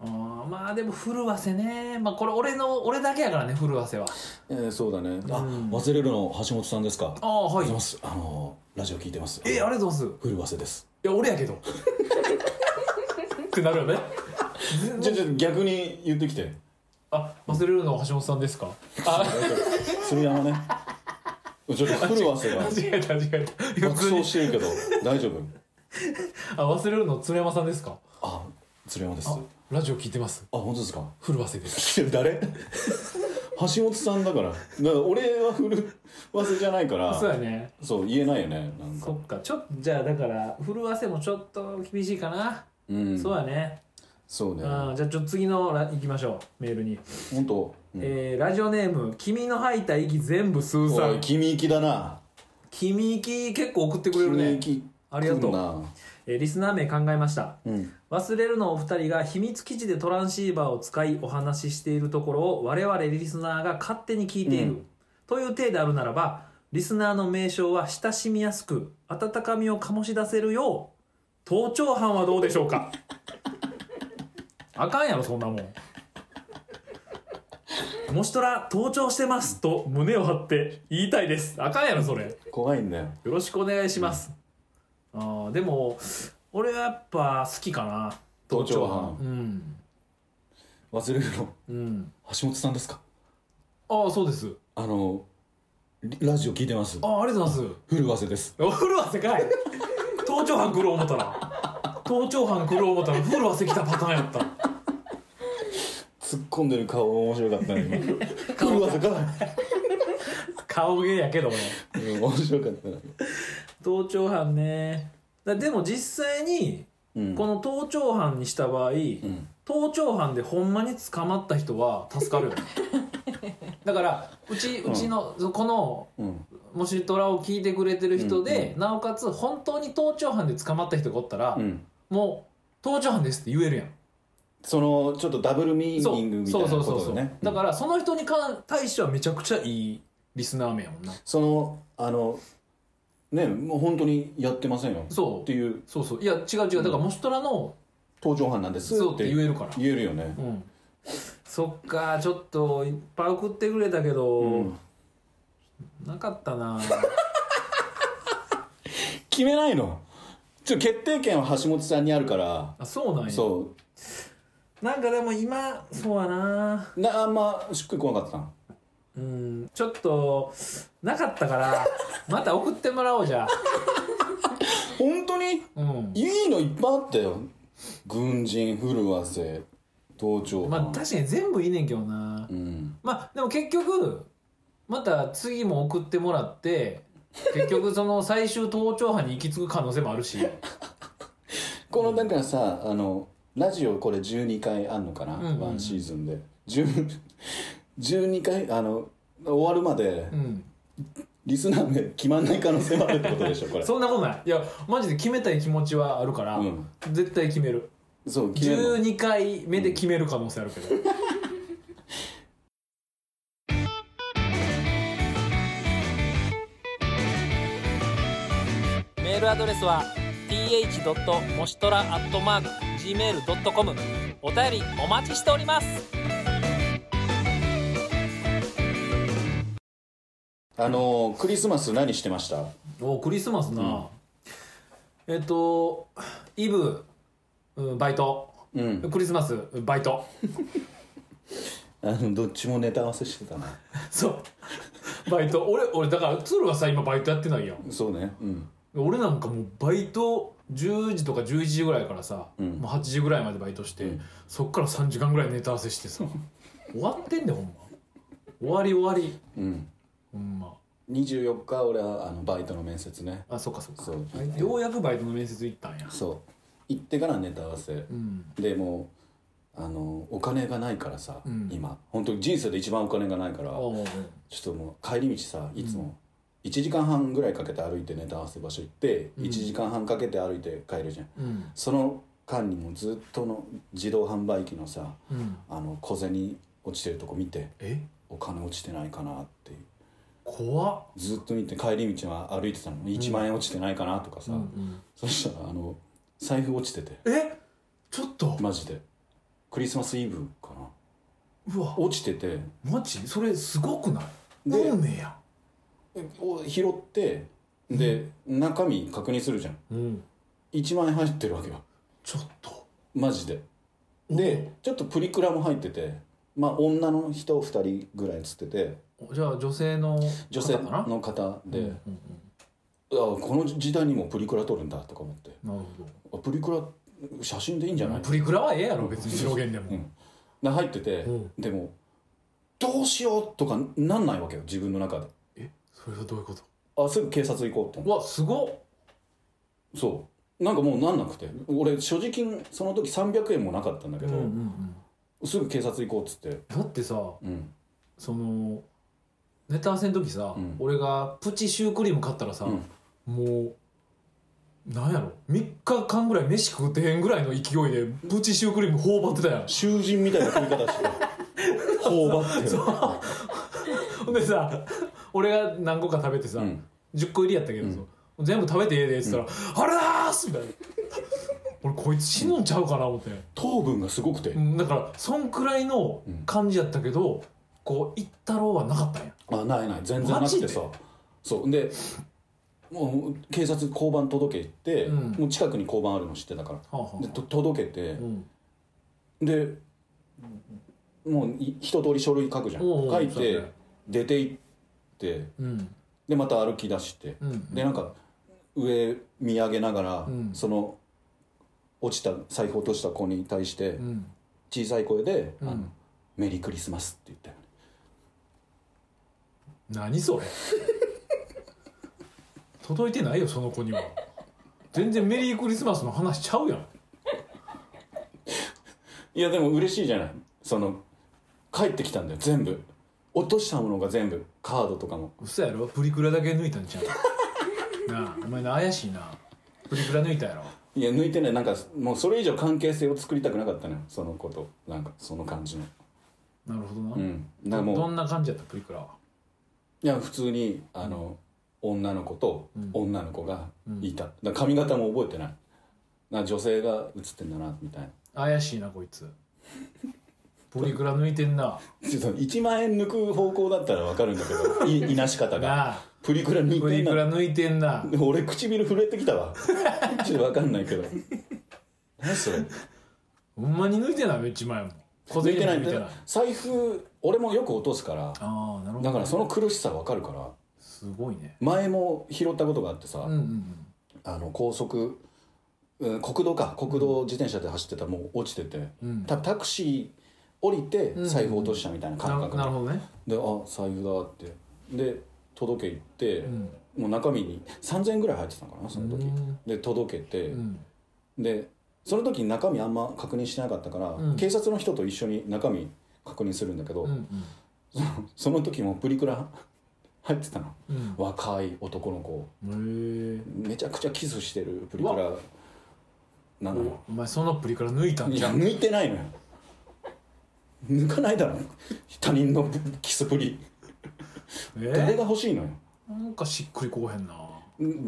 [SPEAKER 2] あーまあでも震わせねまあこれ俺の俺だけやからね震わせは
[SPEAKER 1] えーそうだねあ
[SPEAKER 2] うん
[SPEAKER 1] 忘れるの橋本さんですか
[SPEAKER 2] ああ
[SPEAKER 1] おは
[SPEAKER 2] はい
[SPEAKER 1] ようございますあのラジオ聞いてます
[SPEAKER 2] えありがとうございます
[SPEAKER 1] 古わせです
[SPEAKER 2] いや俺やけどってなるよね
[SPEAKER 1] じゃあじゃあ逆に言ってきて
[SPEAKER 2] あ忘れるのは橋本さんですかあ
[SPEAKER 1] 鶴山ねちょっと古わせが
[SPEAKER 2] 間違えた間違えた
[SPEAKER 1] 爆
[SPEAKER 2] 普通
[SPEAKER 1] 笑
[SPEAKER 2] に
[SPEAKER 1] してるけど大丈夫
[SPEAKER 2] あ忘れるの鶴山さんですか
[SPEAKER 1] あ鶴山です
[SPEAKER 2] あ
[SPEAKER 1] あ
[SPEAKER 2] ラジオ聞いてます
[SPEAKER 1] 本当ですか
[SPEAKER 2] 震わせです
[SPEAKER 1] いや誰橋本さんだからだから俺は古わせじゃないから
[SPEAKER 2] そうやね
[SPEAKER 1] そう言えないよねなんか
[SPEAKER 2] そっかちょっとじゃあだから震わせもちょっと厳しいかな、
[SPEAKER 1] うん
[SPEAKER 2] そうやね
[SPEAKER 1] そうね
[SPEAKER 2] うん、じゃあちょっと次のら行きましょうメールに、
[SPEAKER 1] 本当うん
[SPEAKER 2] えーラジオネーム「君の吐いた息全部数
[SPEAKER 1] おい
[SPEAKER 2] 産
[SPEAKER 1] 君行きだな」
[SPEAKER 2] 君息結構送ってくれる
[SPEAKER 1] 君行
[SPEAKER 2] ね、
[SPEAKER 1] き
[SPEAKER 2] ありがとう
[SPEAKER 1] 来んな
[SPEAKER 2] えーリスナー名考えました
[SPEAKER 1] うん
[SPEAKER 2] 忘れるのお二人が秘密基地でトランシーバーを使いお話ししているところを我々リスナーが勝手に聞いてい
[SPEAKER 1] う
[SPEAKER 2] る、
[SPEAKER 1] ん
[SPEAKER 2] という体であるならばリスナーの名称は親しみやすく温かみを醸し出せるよう盗聴犯はどうでしょうか あかんやろそんなもん「もしとら盗聴してます」と胸を張って言いたいですあかんやろそれ
[SPEAKER 1] 怖いんだよ
[SPEAKER 2] よろしくお願いします、あーでも俺はやっぱ好きかな
[SPEAKER 1] 盗聴犯
[SPEAKER 2] うん
[SPEAKER 1] 忘れるの
[SPEAKER 2] うん
[SPEAKER 1] 橋本さんですか
[SPEAKER 2] ああそうです
[SPEAKER 1] あのリラジオ聞いてます
[SPEAKER 2] ああありがとうございます
[SPEAKER 1] 古わせです
[SPEAKER 2] 古は世界盗聴犯来る思ったら盗聴犯来る思ったら古はせきたパターンやった
[SPEAKER 1] 突っ込んでる顔面白かったね 今古わせか
[SPEAKER 2] 顔芸やけどね
[SPEAKER 1] うん面白かったね
[SPEAKER 2] 盗聴犯ねだでも実際に
[SPEAKER 1] うん
[SPEAKER 2] この盗聴犯にした場合、
[SPEAKER 1] うん
[SPEAKER 2] 盗聴犯でほんまに捕まった人は助かるよねだからうちうちの、この
[SPEAKER 1] うん
[SPEAKER 2] もしトラを聞いてくれてる人で、
[SPEAKER 1] うんう
[SPEAKER 2] なおかつ本当に盗聴犯で捕まった人がおったら、
[SPEAKER 1] うん
[SPEAKER 2] もう盗聴犯ですって言えるやん
[SPEAKER 1] そのちょっとダブルミー
[SPEAKER 2] そ
[SPEAKER 1] ニング
[SPEAKER 2] う
[SPEAKER 1] みたい
[SPEAKER 2] そ
[SPEAKER 1] な
[SPEAKER 2] う
[SPEAKER 1] こ
[SPEAKER 2] そうそう
[SPEAKER 1] と
[SPEAKER 2] そう
[SPEAKER 1] でね
[SPEAKER 2] だからその人にかん対してはめちゃくちゃいいリスナー名やもんな
[SPEAKER 1] そのあのねもう本当にやってませんよ
[SPEAKER 2] そう
[SPEAKER 1] っていう
[SPEAKER 2] そうそういや違う違うだからもしトラの
[SPEAKER 1] 登場犯なんです
[SPEAKER 2] そうって言えるから
[SPEAKER 1] 言えるよね
[SPEAKER 2] うんそっかちょっといっぱい送ってくれたけど、
[SPEAKER 1] うん
[SPEAKER 2] なかった な
[SPEAKER 1] 決めないのちょ決定権は橋本さんにあるから
[SPEAKER 2] あそうなんや
[SPEAKER 1] そ
[SPEAKER 2] なんかでも今そうやな
[SPEAKER 1] うなあんましっくりこなかったな
[SPEAKER 2] うんちょっとなかっ たからまた送ってもらおうじゃあ
[SPEAKER 1] 本当に
[SPEAKER 2] うん
[SPEAKER 1] いいのいっぱいあったよ軍人古わせ盗聴犯、
[SPEAKER 2] まあ確かに全部いいねんけどな、
[SPEAKER 1] うん
[SPEAKER 2] まあでも結局また次も送ってもらって結局その最終盗聴犯に行き着く可能性もあるし、
[SPEAKER 1] このだからさあのラジオこれ12回あんのかな、
[SPEAKER 2] うんうんうん
[SPEAKER 1] ワンシーズンで10 12回あの終わるまで
[SPEAKER 2] うん、
[SPEAKER 1] リスナー名決まんない可能性もあるってことでしょこれ
[SPEAKER 2] そんなことないいやマジで決めたい気持ちはあるから、
[SPEAKER 1] うん
[SPEAKER 2] 絶対決める
[SPEAKER 1] そう決めるの
[SPEAKER 2] 12回目で決める可能性あるけど、
[SPEAKER 5] メールアドレスは th. もしとら .gmail.com お便りお待ちしております
[SPEAKER 1] あのクリスマス何してました
[SPEAKER 2] おクリスマスな、えっとイブ、うん、バイト
[SPEAKER 1] うん
[SPEAKER 2] クリスマスバイト
[SPEAKER 1] あのどっちもネタ合わせしてたな
[SPEAKER 2] そうバイト俺俺だから鶴はさ今バイトやってないやん
[SPEAKER 1] そうねうん
[SPEAKER 2] 俺なんかもうバイト10時とか11時ぐらいからさ、
[SPEAKER 1] うん
[SPEAKER 2] もう8時ぐらいまでバイトして、
[SPEAKER 1] うん
[SPEAKER 2] そっから3時間ぐらいネタ合わせしてさ終わってんだよほんま終わり終わり
[SPEAKER 1] うん
[SPEAKER 2] ほんま
[SPEAKER 1] 24日俺はあのバイトの面接ね
[SPEAKER 2] あそっかそっか
[SPEAKER 1] そう
[SPEAKER 2] ようやくバイトの面接行ったんや
[SPEAKER 1] そう行ってからネタ合わせ、
[SPEAKER 2] うん
[SPEAKER 1] でもうあのお金がないからさ、
[SPEAKER 2] うん
[SPEAKER 1] 今本当に人生で一番お金がないから
[SPEAKER 2] あもう
[SPEAKER 1] ちょっともう帰り道さいつも1時間半ぐらいかけて歩いてネタ合わせ場所行って、
[SPEAKER 2] うん
[SPEAKER 1] 1時間半かけて歩いて帰るじゃん
[SPEAKER 2] うん
[SPEAKER 1] その間にもずっとの自動販売機のさ
[SPEAKER 2] うん
[SPEAKER 1] あの小銭落ちてるとこ見て
[SPEAKER 2] え
[SPEAKER 1] お金落ちてないかなっていう
[SPEAKER 2] 怖っ
[SPEAKER 1] ずっと見て帰り道は歩いてたのに1万円落ちてないかなとかさ、
[SPEAKER 2] うん
[SPEAKER 1] そしたらあの財布落ちてて
[SPEAKER 2] うんえちょっと
[SPEAKER 1] マジでクリスマスイブかな
[SPEAKER 2] うわ
[SPEAKER 1] 落ちてて
[SPEAKER 2] マジそれすごくない
[SPEAKER 1] で
[SPEAKER 2] 運命や
[SPEAKER 1] お拾ってで中身確認するじゃん
[SPEAKER 2] うん
[SPEAKER 1] 1万円入ってるわけよ
[SPEAKER 2] ちょっと
[SPEAKER 1] マジででちょっとプリクラも入っててまあ女の人2人ぐらい写ってて
[SPEAKER 2] おじゃあ女性の
[SPEAKER 1] 女性
[SPEAKER 2] 方かな
[SPEAKER 1] の方で、
[SPEAKER 2] うん
[SPEAKER 1] あこの時代にもプリクラ撮るんだとか思って
[SPEAKER 2] なるほど
[SPEAKER 1] あプリクラ写真でいいんじゃない
[SPEAKER 2] プリクラはええやろ別に表現でも、
[SPEAKER 1] で入ってて、
[SPEAKER 2] うん
[SPEAKER 1] でもどうしようとかなんないわけよ自分の中で
[SPEAKER 2] えそれはどういうこと
[SPEAKER 1] あすぐ警察行こうと思
[SPEAKER 2] うわすごっ
[SPEAKER 1] うそうなんかもうなんなくて俺所持金その時300円もなかったんだけど、すぐ警察行こうっつって
[SPEAKER 2] だってさ
[SPEAKER 1] うん
[SPEAKER 2] そのネタ合わせの時さ、
[SPEAKER 1] うん
[SPEAKER 2] 俺がプチシュークリーム買ったらさ、
[SPEAKER 1] うん
[SPEAKER 2] もうなんやろ3日間ぐらい飯食ってへんぐらいの勢いでプチシュークリーム頬張ってたやん
[SPEAKER 1] 囚人みたいな食い方して 頬張ってる
[SPEAKER 2] ほんでさ俺が何個か食べてさ、
[SPEAKER 1] うん
[SPEAKER 2] 10個入りやったけどさ、全部食べてええでっつったら「あれだーす!」みたいな俺こいつ死ぬんちゃうかな思って、
[SPEAKER 1] 糖分がすごくて、
[SPEAKER 2] うんだからそんくらいの感じやったけど、こう行ったろうはなかったんや
[SPEAKER 1] あないない全然なくてさ
[SPEAKER 2] マ
[SPEAKER 1] そうでもう警察交番届け行って、
[SPEAKER 2] うん
[SPEAKER 1] もう近くに交番あるの知ってたから、
[SPEAKER 2] はあはあ
[SPEAKER 1] でと届けて
[SPEAKER 2] う、ん
[SPEAKER 1] でもうい一通り書類書くじゃん
[SPEAKER 2] おうおう
[SPEAKER 1] 書い
[SPEAKER 2] そうだ
[SPEAKER 1] て
[SPEAKER 2] ね
[SPEAKER 1] 出て行って
[SPEAKER 2] うん
[SPEAKER 1] でまた歩き出して、
[SPEAKER 2] うん
[SPEAKER 1] でなんか上見上げながら、
[SPEAKER 2] うん
[SPEAKER 1] その落ちた財布落とした子に対して
[SPEAKER 2] うん
[SPEAKER 1] 小さい声で、
[SPEAKER 2] うん
[SPEAKER 1] あの「メリークリスマス」って言ったよね
[SPEAKER 2] 何それ届いてないよその子には全然メリークリスマスの話ちゃうやん
[SPEAKER 1] いやでも嬉しいじゃないその帰ってきたんだよ全部落としたものが全部カードとかも
[SPEAKER 2] 嘘やろプリクラだけ抜いたんちゃうなあお前な怪しいなプリクラ抜いたやろ
[SPEAKER 1] いや抜いてねなんかもうそれ以上関係性を作りたくなかったのよその子となんかその感じの
[SPEAKER 2] なるほどな、
[SPEAKER 1] うんだから
[SPEAKER 2] どど
[SPEAKER 1] もうん
[SPEAKER 2] な感じやったプリクラはい
[SPEAKER 1] や普通にあの、女の子と
[SPEAKER 2] うん
[SPEAKER 1] 女の子がいた、だから髪型も覚えてないな女性が写ってんだなみたいな
[SPEAKER 2] 怪しいなこいつ プリクラ抜いてんな
[SPEAKER 1] ちょっと1万円抜く方向だったらわかるんだけどいい なし方が
[SPEAKER 2] なあ
[SPEAKER 1] プリクラ抜い
[SPEAKER 2] プ
[SPEAKER 1] て
[SPEAKER 2] リ
[SPEAKER 1] ん
[SPEAKER 2] ク
[SPEAKER 1] な
[SPEAKER 2] ラ抜いてんな
[SPEAKER 1] 俺唇震えてきた わちょっとわかんないけど何それ
[SPEAKER 2] ほんまに抜いてないめっちゃ前も小
[SPEAKER 1] 抜いて
[SPEAKER 2] 銭も
[SPEAKER 1] ない
[SPEAKER 2] 抜
[SPEAKER 1] み
[SPEAKER 2] い
[SPEAKER 1] た
[SPEAKER 2] て
[SPEAKER 1] い
[SPEAKER 2] ない
[SPEAKER 1] な財布俺もよく落とすから
[SPEAKER 2] ああなるほ
[SPEAKER 1] だ
[SPEAKER 2] ど
[SPEAKER 1] からその苦しさわかるから
[SPEAKER 2] すごいね
[SPEAKER 1] 前も拾ったことがあってさ、
[SPEAKER 2] うんうんうん
[SPEAKER 1] あの高速、うん国道か国道自転車で走ってたらもう落ちてて、
[SPEAKER 2] うん
[SPEAKER 1] たタクシー降りて財布落としたみたいな
[SPEAKER 2] な
[SPEAKER 1] 感
[SPEAKER 2] る
[SPEAKER 1] 覚
[SPEAKER 2] なるほどね
[SPEAKER 1] であ財布だってで届け行って、
[SPEAKER 2] ん
[SPEAKER 1] もう中身に3000円ぐらい入ってたのかなその時、
[SPEAKER 2] うん
[SPEAKER 1] で届けて、
[SPEAKER 2] うん
[SPEAKER 1] でその時中身あんま確認してなかったから、
[SPEAKER 2] うん
[SPEAKER 1] 警察の人と一緒に中身確認するんだけど、
[SPEAKER 2] うん
[SPEAKER 1] その時もプリクラ入ってたの
[SPEAKER 2] うん
[SPEAKER 1] 若い男の子
[SPEAKER 2] うんへえ
[SPEAKER 1] めちゃくちゃキスしてるプリクラなのよ
[SPEAKER 2] お前そのプリクラ抜いたん
[SPEAKER 1] い
[SPEAKER 2] じゃ
[SPEAKER 1] や
[SPEAKER 2] ん
[SPEAKER 1] 抜いてないのよ抜かないだろ他人のキスプリ誰
[SPEAKER 2] え
[SPEAKER 1] が欲しいのよ
[SPEAKER 2] なんかしっくりこうへんな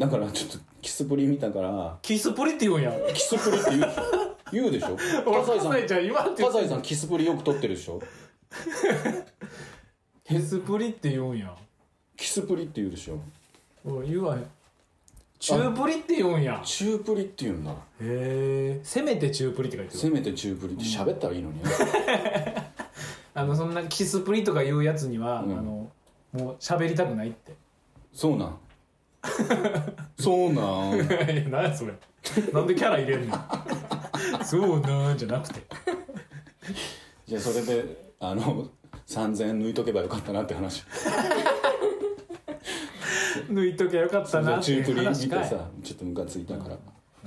[SPEAKER 1] だからちょっとキスプリ見たから
[SPEAKER 2] キスプリって言うんや
[SPEAKER 1] キスプリって言う 言うでしょ
[SPEAKER 2] 俺
[SPEAKER 1] 葛西さ
[SPEAKER 2] カ
[SPEAKER 1] ん
[SPEAKER 2] イちゃん今って言っ
[SPEAKER 1] 葛
[SPEAKER 2] て
[SPEAKER 1] 西さんキスプリよく撮ってるでしょ
[SPEAKER 2] キスプリって言うんや
[SPEAKER 1] キスプリって言うでしょ
[SPEAKER 2] 俺言わへん中プリって言うんや
[SPEAKER 1] 中プリって言うんだ
[SPEAKER 2] へえせめて中プリって書いて
[SPEAKER 1] せ
[SPEAKER 2] る
[SPEAKER 1] めて中プリって喋ったらいいのに、
[SPEAKER 2] あのそんなキスプリとか言うやつには、
[SPEAKER 1] うん
[SPEAKER 2] あのもう喋りたくないって
[SPEAKER 1] そうなんそう なん
[SPEAKER 2] いや何やそれなんでキャラ入れんの そうなんじゃなくて
[SPEAKER 1] じゃあそれであの3000円抜いとけばよかったなって話
[SPEAKER 2] 抜いときゃよかったなってい
[SPEAKER 1] 中プリ
[SPEAKER 2] う
[SPEAKER 1] 見て
[SPEAKER 2] 話かい
[SPEAKER 1] さちょっとムカついたから、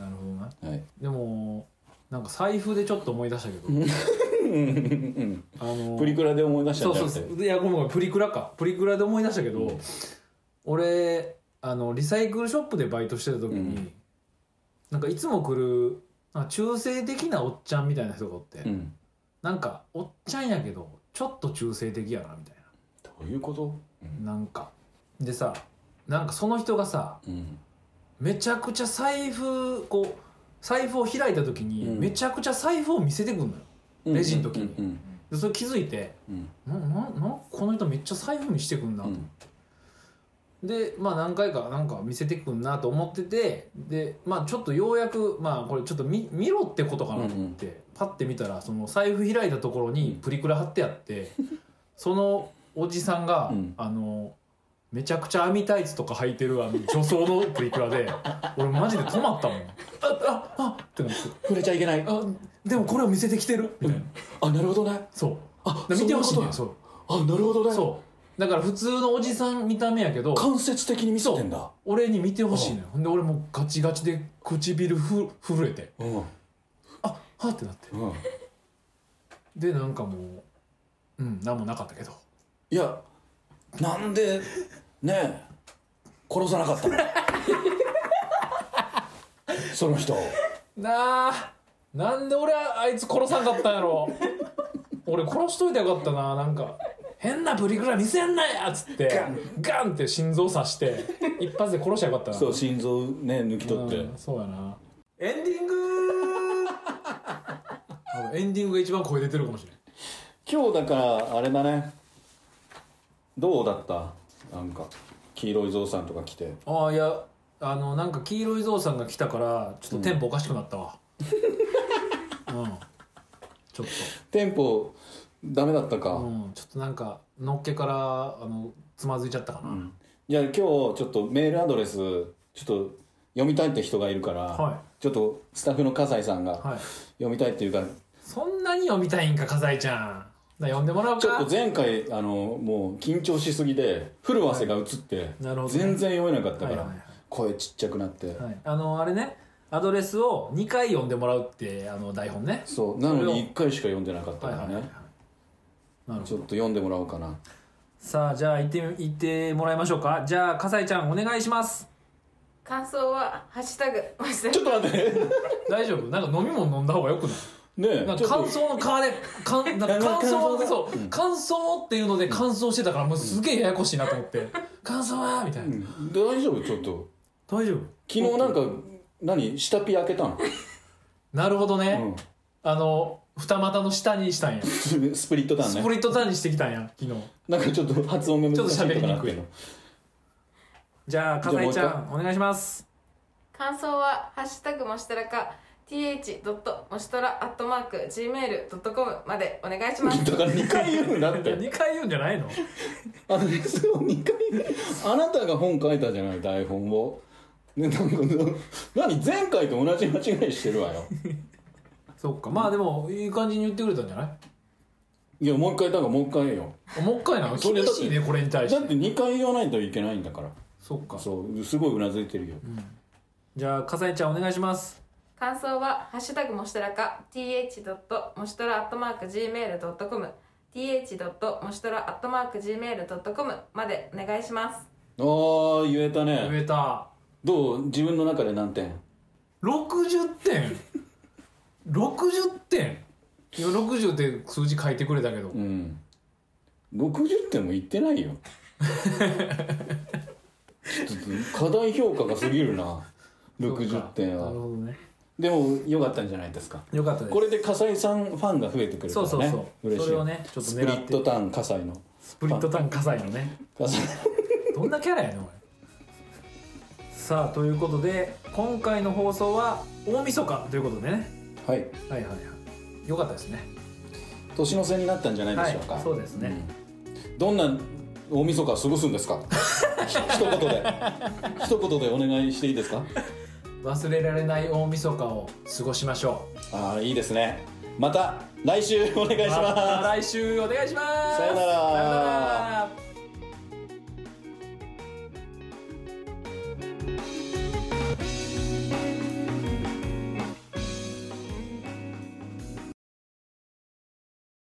[SPEAKER 2] なるほどな
[SPEAKER 1] はい
[SPEAKER 2] でもなんか財布でちょっと思い出したけどあの
[SPEAKER 1] プリクラで思い出した
[SPEAKER 2] そ
[SPEAKER 1] ん
[SPEAKER 2] う
[SPEAKER 1] じゃ
[SPEAKER 2] そう
[SPEAKER 1] なくて
[SPEAKER 2] そういやごめんごめんプリクラかプリクラで思い出したけど、俺あのリサイクルショップでバイトしてた時に、
[SPEAKER 1] うん
[SPEAKER 2] なんかいつも来るなんか中性的なおっちゃんみたいな人がおって、
[SPEAKER 1] うん
[SPEAKER 2] なんかおっちゃんやけどちょっと中性的やなみたい
[SPEAKER 1] どういうこと
[SPEAKER 2] ななんかでさなんかその人がさ
[SPEAKER 1] うん
[SPEAKER 2] めちゃくちゃ財布こう財布を開いた時に、
[SPEAKER 1] うん
[SPEAKER 2] めちゃくちゃ財布を見せてくるのよレジの時に
[SPEAKER 1] うん
[SPEAKER 2] でそれ気づいて
[SPEAKER 1] うん
[SPEAKER 2] なななこの人めっちゃ財布見してくんな
[SPEAKER 1] う
[SPEAKER 2] と、
[SPEAKER 1] ん
[SPEAKER 2] でまあ何回かなんか見せてくんなと思っててでまあちょっとようやくまあこれちょっと見見ろってことかなと思って、パッて見たらその財布開いたところにプリクラ貼ってあ って、そのおじさんが、
[SPEAKER 1] うん
[SPEAKER 2] あのめちゃくちゃ網タイツとか履いてるあの女装のプリク ラで俺マジで止まったもんあああってなって
[SPEAKER 1] 触れちゃいけないあ
[SPEAKER 2] あでもこれを見せてきてるみたいな
[SPEAKER 1] あなるほどね
[SPEAKER 2] そう
[SPEAKER 1] あ
[SPEAKER 2] で見てほしい
[SPEAKER 1] そうい
[SPEAKER 2] ねん
[SPEAKER 1] うこ
[SPEAKER 2] そう
[SPEAKER 1] とあなるほどね
[SPEAKER 2] そうだから普通のおじさん見た目やけど
[SPEAKER 1] 間接的に見せてんだ
[SPEAKER 2] 俺に見てほしいのよほんで俺もうガチガチで唇ふ震えて
[SPEAKER 1] うんうん
[SPEAKER 2] あはってなってでなんかもううん何もなかったけど
[SPEAKER 1] いやなんでねえ殺さなかった のその人を
[SPEAKER 2] なあなんで俺はあいつ殺さんかったんやろ 俺殺しといてよかったななんか変なプリクラ見せんなやっつってガンって心臓刺して一発で殺しゃよかったな
[SPEAKER 1] そう心臓ね抜き取って、
[SPEAKER 2] うんそうやなエンディング多分エンディングが一番声出てるかもしれない
[SPEAKER 1] 今日だからあれだねどうだったなんか黄色いゾウさんとか来て
[SPEAKER 2] ああいやあのなんか黄色いゾウさんが来たからちょっとテンポおかしくなったわうん、ちょっ
[SPEAKER 1] テンポダメだったか、
[SPEAKER 2] と、うん、ちょっとなんかのっけからあのつまずいちゃったかな、
[SPEAKER 1] じゃあ今日ちょっとメールアドレスちょっと読みたいって人がいるから、
[SPEAKER 2] は
[SPEAKER 1] ちょっとスタッフの笠井さんが
[SPEAKER 2] はい
[SPEAKER 1] 読みたいっていうから、
[SPEAKER 2] そんなに読みたいんか笠井ちゃんだ読んでもらおう
[SPEAKER 1] ちょっ
[SPEAKER 2] か
[SPEAKER 1] と前回あのもう緊張しすぎでフルワセが映って、
[SPEAKER 2] なるほどね
[SPEAKER 1] 全然読めなかったから、
[SPEAKER 2] はいはいはい
[SPEAKER 1] 声ちっちゃくなって、
[SPEAKER 2] はい、あのあれねアドレスを2回読んでもらうってあの台本ね
[SPEAKER 1] そうなのに1回しか読んでなかった
[SPEAKER 2] はい
[SPEAKER 1] か
[SPEAKER 2] は
[SPEAKER 1] ら
[SPEAKER 2] い
[SPEAKER 1] ね、
[SPEAKER 2] はいはいなるほ
[SPEAKER 1] ちょっ
[SPEAKER 2] ど
[SPEAKER 1] と読んでもらおうかな
[SPEAKER 2] さあじゃあ行って行ってもらいましょうかじゃあ笠井ちゃんお願いします
[SPEAKER 6] 感想はハッシュタグマシュ
[SPEAKER 1] ちょっと待って
[SPEAKER 2] 大丈夫なんか飲み物飲んだ方がよくない
[SPEAKER 1] ねえ
[SPEAKER 2] なん
[SPEAKER 1] ち
[SPEAKER 2] か
[SPEAKER 1] ょっと
[SPEAKER 2] 感想の川でかんなんか感想でそう、感想っていうので感想してたからもうすげえややこしいなと思って、 感想はみたいな、
[SPEAKER 1] うん大丈夫ちょっと
[SPEAKER 2] 大丈夫
[SPEAKER 1] 昨日なんか何下ピ開けたの、
[SPEAKER 2] なるほどね、
[SPEAKER 1] うん
[SPEAKER 2] あの二股の下にしたんやス
[SPEAKER 1] スプリットだね
[SPEAKER 2] プリットターンにしてきたんや昨日
[SPEAKER 1] なんかちょっと発音が難しいとかなってん
[SPEAKER 2] ちょ
[SPEAKER 1] の
[SPEAKER 2] っじゃあ
[SPEAKER 1] じゃあ
[SPEAKER 2] 笠井ち
[SPEAKER 1] もう
[SPEAKER 2] ゃんお願いします
[SPEAKER 6] 感想はハッシュタグマシュトラか th. マシュトラアットマーク gmail.com までお願いしま す
[SPEAKER 1] だから2回言うんだっ
[SPEAKER 2] いや
[SPEAKER 1] て
[SPEAKER 2] 2回言うんじゃないの
[SPEAKER 1] あのそれを2回あなたが本書いたじゃない台本をねなんか何前回と同じ間違いしてるわよ
[SPEAKER 2] そっかまあでもいい感じに言ってくれたんじゃない
[SPEAKER 1] いやもう一回だからもう一回よ
[SPEAKER 2] もう一回なの
[SPEAKER 1] それ
[SPEAKER 2] 厳しいねこれに対
[SPEAKER 1] だ
[SPEAKER 2] し
[SPEAKER 1] ってて2回言わないといけないんだから
[SPEAKER 2] そっか
[SPEAKER 1] そうすごいうなずいてるよ
[SPEAKER 2] じゃあ笠井ちゃんお願いします
[SPEAKER 6] 感想は「ハッシュタグもしたらか」th. もしたら .gmail.com th. もしたら .gmail.com までお願いします
[SPEAKER 1] ああ言えたね
[SPEAKER 2] 植えた
[SPEAKER 1] どう自分の中で何点
[SPEAKER 2] 60点60点今60って数字書いてくれたけど、
[SPEAKER 1] うん60点もいってないよちょっと課題評価が過ぎるな60点
[SPEAKER 2] なる
[SPEAKER 1] は
[SPEAKER 2] ほどね
[SPEAKER 1] でも良かったんじゃないですか
[SPEAKER 2] よかったです
[SPEAKER 1] これで笠井さんファンが増えてくれるからね
[SPEAKER 2] そうそうそう、
[SPEAKER 1] 嬉しい
[SPEAKER 2] それをねちょっと
[SPEAKER 1] スプリ
[SPEAKER 2] 狙
[SPEAKER 1] ッ
[SPEAKER 2] って
[SPEAKER 1] トターン笠井の
[SPEAKER 2] スプリットターン葛西のね
[SPEAKER 1] 笠井
[SPEAKER 2] どんなキャラやねん俺さあということで今回の放送は大晦日ということでね
[SPEAKER 1] はい
[SPEAKER 2] はいはいはいよかったですね
[SPEAKER 1] 年の瀬になったんじゃないでしょうか、
[SPEAKER 2] はいそうですね
[SPEAKER 1] うんどんな大晦日過ごすんですかひ一言で一言でお願いしていいですか
[SPEAKER 2] 忘れられない大晦日を過ごしましょう
[SPEAKER 1] ああいいですねまた来週お願いします
[SPEAKER 2] また来週お願いします
[SPEAKER 1] さよなら
[SPEAKER 2] さよなら